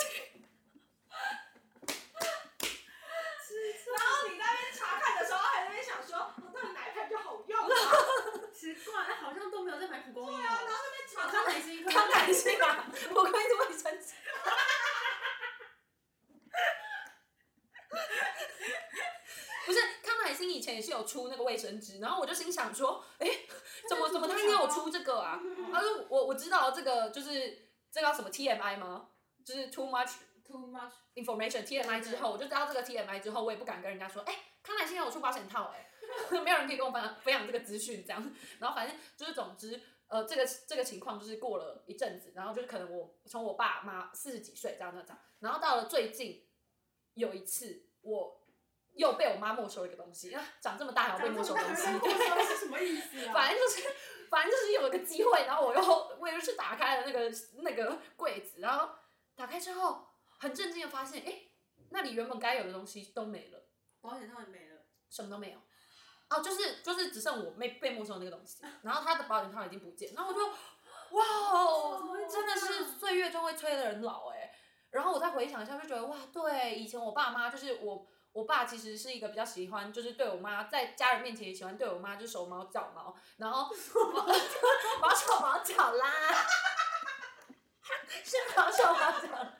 起，然后你在那边查看的时候，还在那边想说，我到底哪一派比较好用啊？奇怪，好像都没有在买蒲公英哦。然后那边查好看像还是一颗啊康乃馨啊， 我关注卫生纸。 不是康乃馨以前也是有出那个卫生纸，然后我就心想说，哎、怎么怎么他也有出这个啊？他说我我知道这个就是这叫什么 TMI 吗？就是 too much too much。 information TMI 之后，我就知道这个 TMI 之后，我也不敢跟人家说，哎、康乃馨有出保险套、哎， 没有人可以跟我分享分享这个资讯，这样。 然后反正就是总之，呃，这个这个情况就是过了一阵子，然后就是可能我从我爸妈四十几岁这样这样这样，然后到了最近有一次我。又被我妈没收了一个东西， 啊，长这么大还要被没收东西， 是什么意思啊？反正就是，反正就是有一个机会，然后我又我也就去打开了那个那个柜子，然后打开之后，很震惊的发现，哎、那里原本该有的东西都没了，保险套也没了，什么都没有。哦，就是就是只剩我没被没收的那个东西，然后他的保险套已经不见，然后我就，哇怎么哦会，真的这是样岁月就会催的人老哎、然后我再回想一下，就觉得哇，对，以前我爸妈就是我，我爸其实是一个比较喜欢，就是对我妈在家人面前也喜欢对我妈就手毛脚毛，然后毛手毛脚啦，是毛手毛脚啦，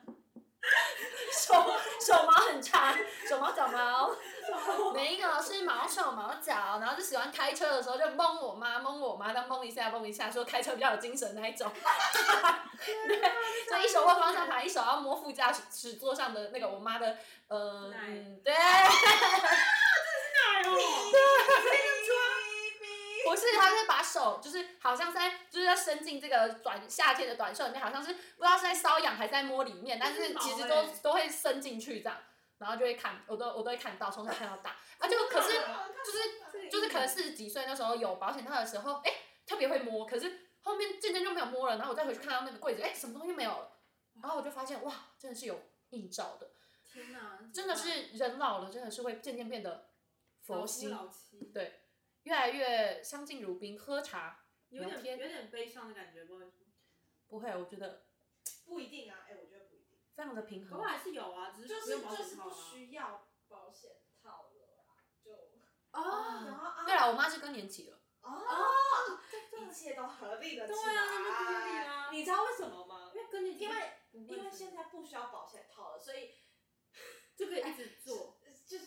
手手毛很长，手毛脚毛。没有，是毛手毛脚，然后就喜欢开车的时候就蒙我妈，蒙我妈，再蒙一下，蒙一下，说开车比较有精神那一种。 对，所以一手握方向盘，一手要摸副驾驶驶座上的那个我妈的，呃，奶嗯，对，哎呦，不是，她是把手就是好像是在就是要伸进这个短夏天的短袖里面，好像是不知道是在瘙痒还是在摸里面，但是其实都这是毛欸都会伸进去这样，然后就会看，我都我都会看到，从小看到大，啊，就可是就是就是可能四十几岁那时候有保险套的时候，哎、特别会摸，可是后面渐渐就没有摸了。然后我再回去看到那个柜子，哎、什么东西没有了，然后我就发现哇，真的是有映照的，天哪，真的是人老了，真的是会渐渐变得佛老夫系。老妻。对，越来越相敬如宾，喝茶有聊天点有点悲伤的感觉，不会。不会，我觉得不一定啊，哎、我觉得不一定，非常的平可我衡。还是有啊，只就是不是用保就险是套不啊。需要保险套了啦，就哦，然后 啊，对了，我妈是更年期了，哦，一切都合理了起对来，啊，那就不合理啊。你知道为什么吗因？为跟你因为不会因为是现在不需要保险套了，所以就可以一直做，就是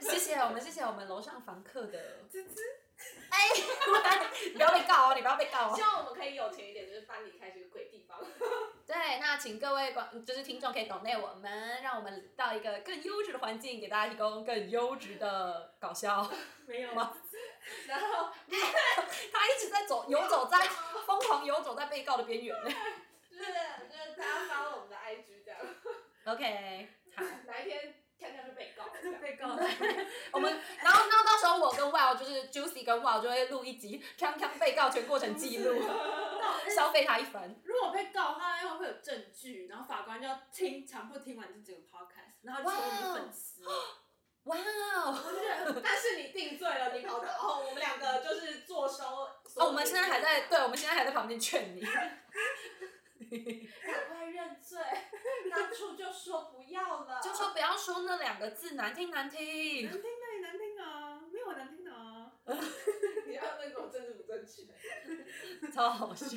谢谢我们，谢谢我们楼上房客的滋滋。哎，你不要被告哦，你不要被告哦希。望我们可以有钱一点，就是搬离开这个鬼地方。对，那请各位观就是听众可以懂内我们，让我们到一个更优质的环境，给大家提供更优质的搞笑。没有吗吗？然后他一直在走游走在疯狂游走在被告的边缘。就是就是大家发了我们的 IG 这样， OK，好，哪一天看看就被告了这样。被告对我们然后那到时候我跟 Wow 就是 Juicy 跟 Wow 就会录一集康康被告全过程记 录，消费他一番。如果被告的话，因为会有证据，然后法官就要听，强迫听完这整个 podcast，然后成为我们粉丝。哇哦！我就觉得但是你定罪了，你跑到哦，我们两个就是坐收。哦，我们现在还在，对，我们现在还在旁边劝你。赶快认罪，当初就说不要了， 就说不要说那两个字，难听难听 难。听的也难听啊，没有难听的啊。你要那种政治不 正确。超好笑。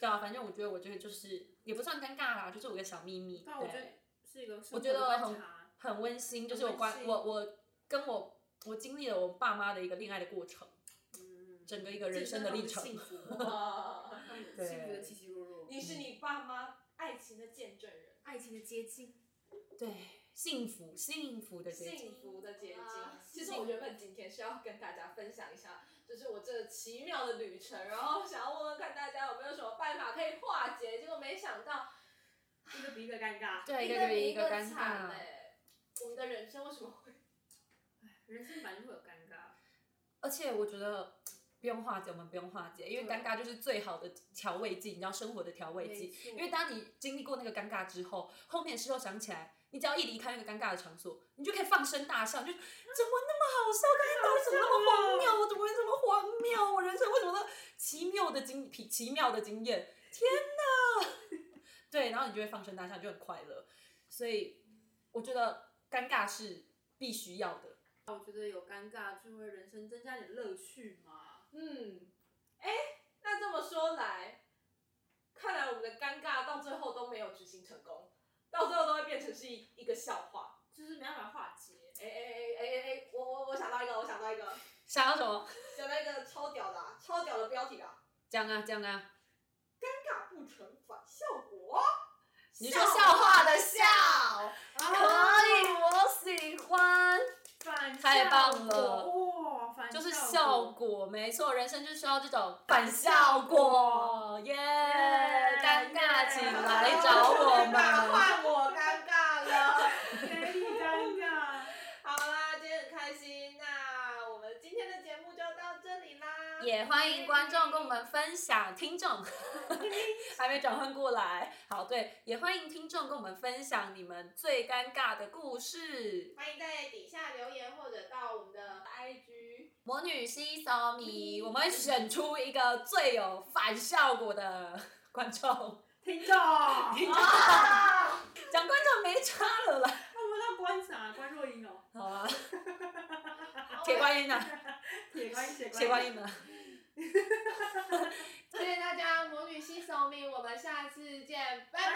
对啊，反正我觉得我这个就是也不算尴尬啦，就是我的小秘密。但啊我觉得对，是一个我生活觉的得观很察，很温馨，就是我很关温馨我我跟我我经历了我爸妈的一个恋爱的过程，嗯，整个一个人生的历程自。己真的好幸福哦，哇对幸福的起起落落，呃你是你爸妈爱情的见证人，爱情的结晶。对，幸福幸福的结幸晶。福啊的结晶哇。其实我原本今天是要跟大家分享一下，就是我这奇妙的旅程，然后想要问问看大家有没有什么办法可以化解，结果没想到一个比一个尴尬，对，一个个比比一个尴惨尬。欸哎。我们的人生为什么会？人生本来就会有尴尬。而且我觉得不用化解，我们不用化解，因为对尴尬就是最好的调味剂，你知道生活的调味剂没。错因为当你经历过那个尴尬之后，后面事后想起来，你只要一离开那个尴尬的场所，你就可以放声大笑，就是怎么那么好笑？刚才到底怎么那么荒谬？我怎么会这么荒谬？我人生为什么那么奇妙的经 奇奇妙的经验？天哪！ 对，然后你就会放声大笑，你就很快乐。所以我觉得尴尬是必须要的。我觉得有尴尬就会人生增加点乐趣嘛。嗯，哎，那这么说来，看来我们的尴尬到最后都没有执行成功，到最后都会变成是一一个笑话。就是没办法化解。哎哎哎哎哎哎，我我我想到一个，我想到一个，想要什么？想到一个超屌的、啊，超屌的标题啊！讲啊讲啊！尴尬不成反效果，你说笑话的笑，可啊，以，我喜欢，反效太棒了果哇，反就是效效。果，没错，人生就需要这种反效果，耶！尴尬，请来 找我没办法们。换我尴尬了。给你尴尬，好啦，今天很开心，那我们今天的节目就到这里啦。也欢迎观众跟我们分享，听 众还没转换过来。好，对，也欢迎听众跟我们分享你们最尴尬的故事。欢迎在底下留言，或者到我们的 IG。魔女西索米，我们会选出一个最有反效果的观众。听众，啊我听 众讲观众没差了啦。们要关啥？关若英哦，好啊， 铁观音呐， 铁观音，铁 铁观音。音啊呐，谢谢大家，魔女新手命，我们下次见，拜拜。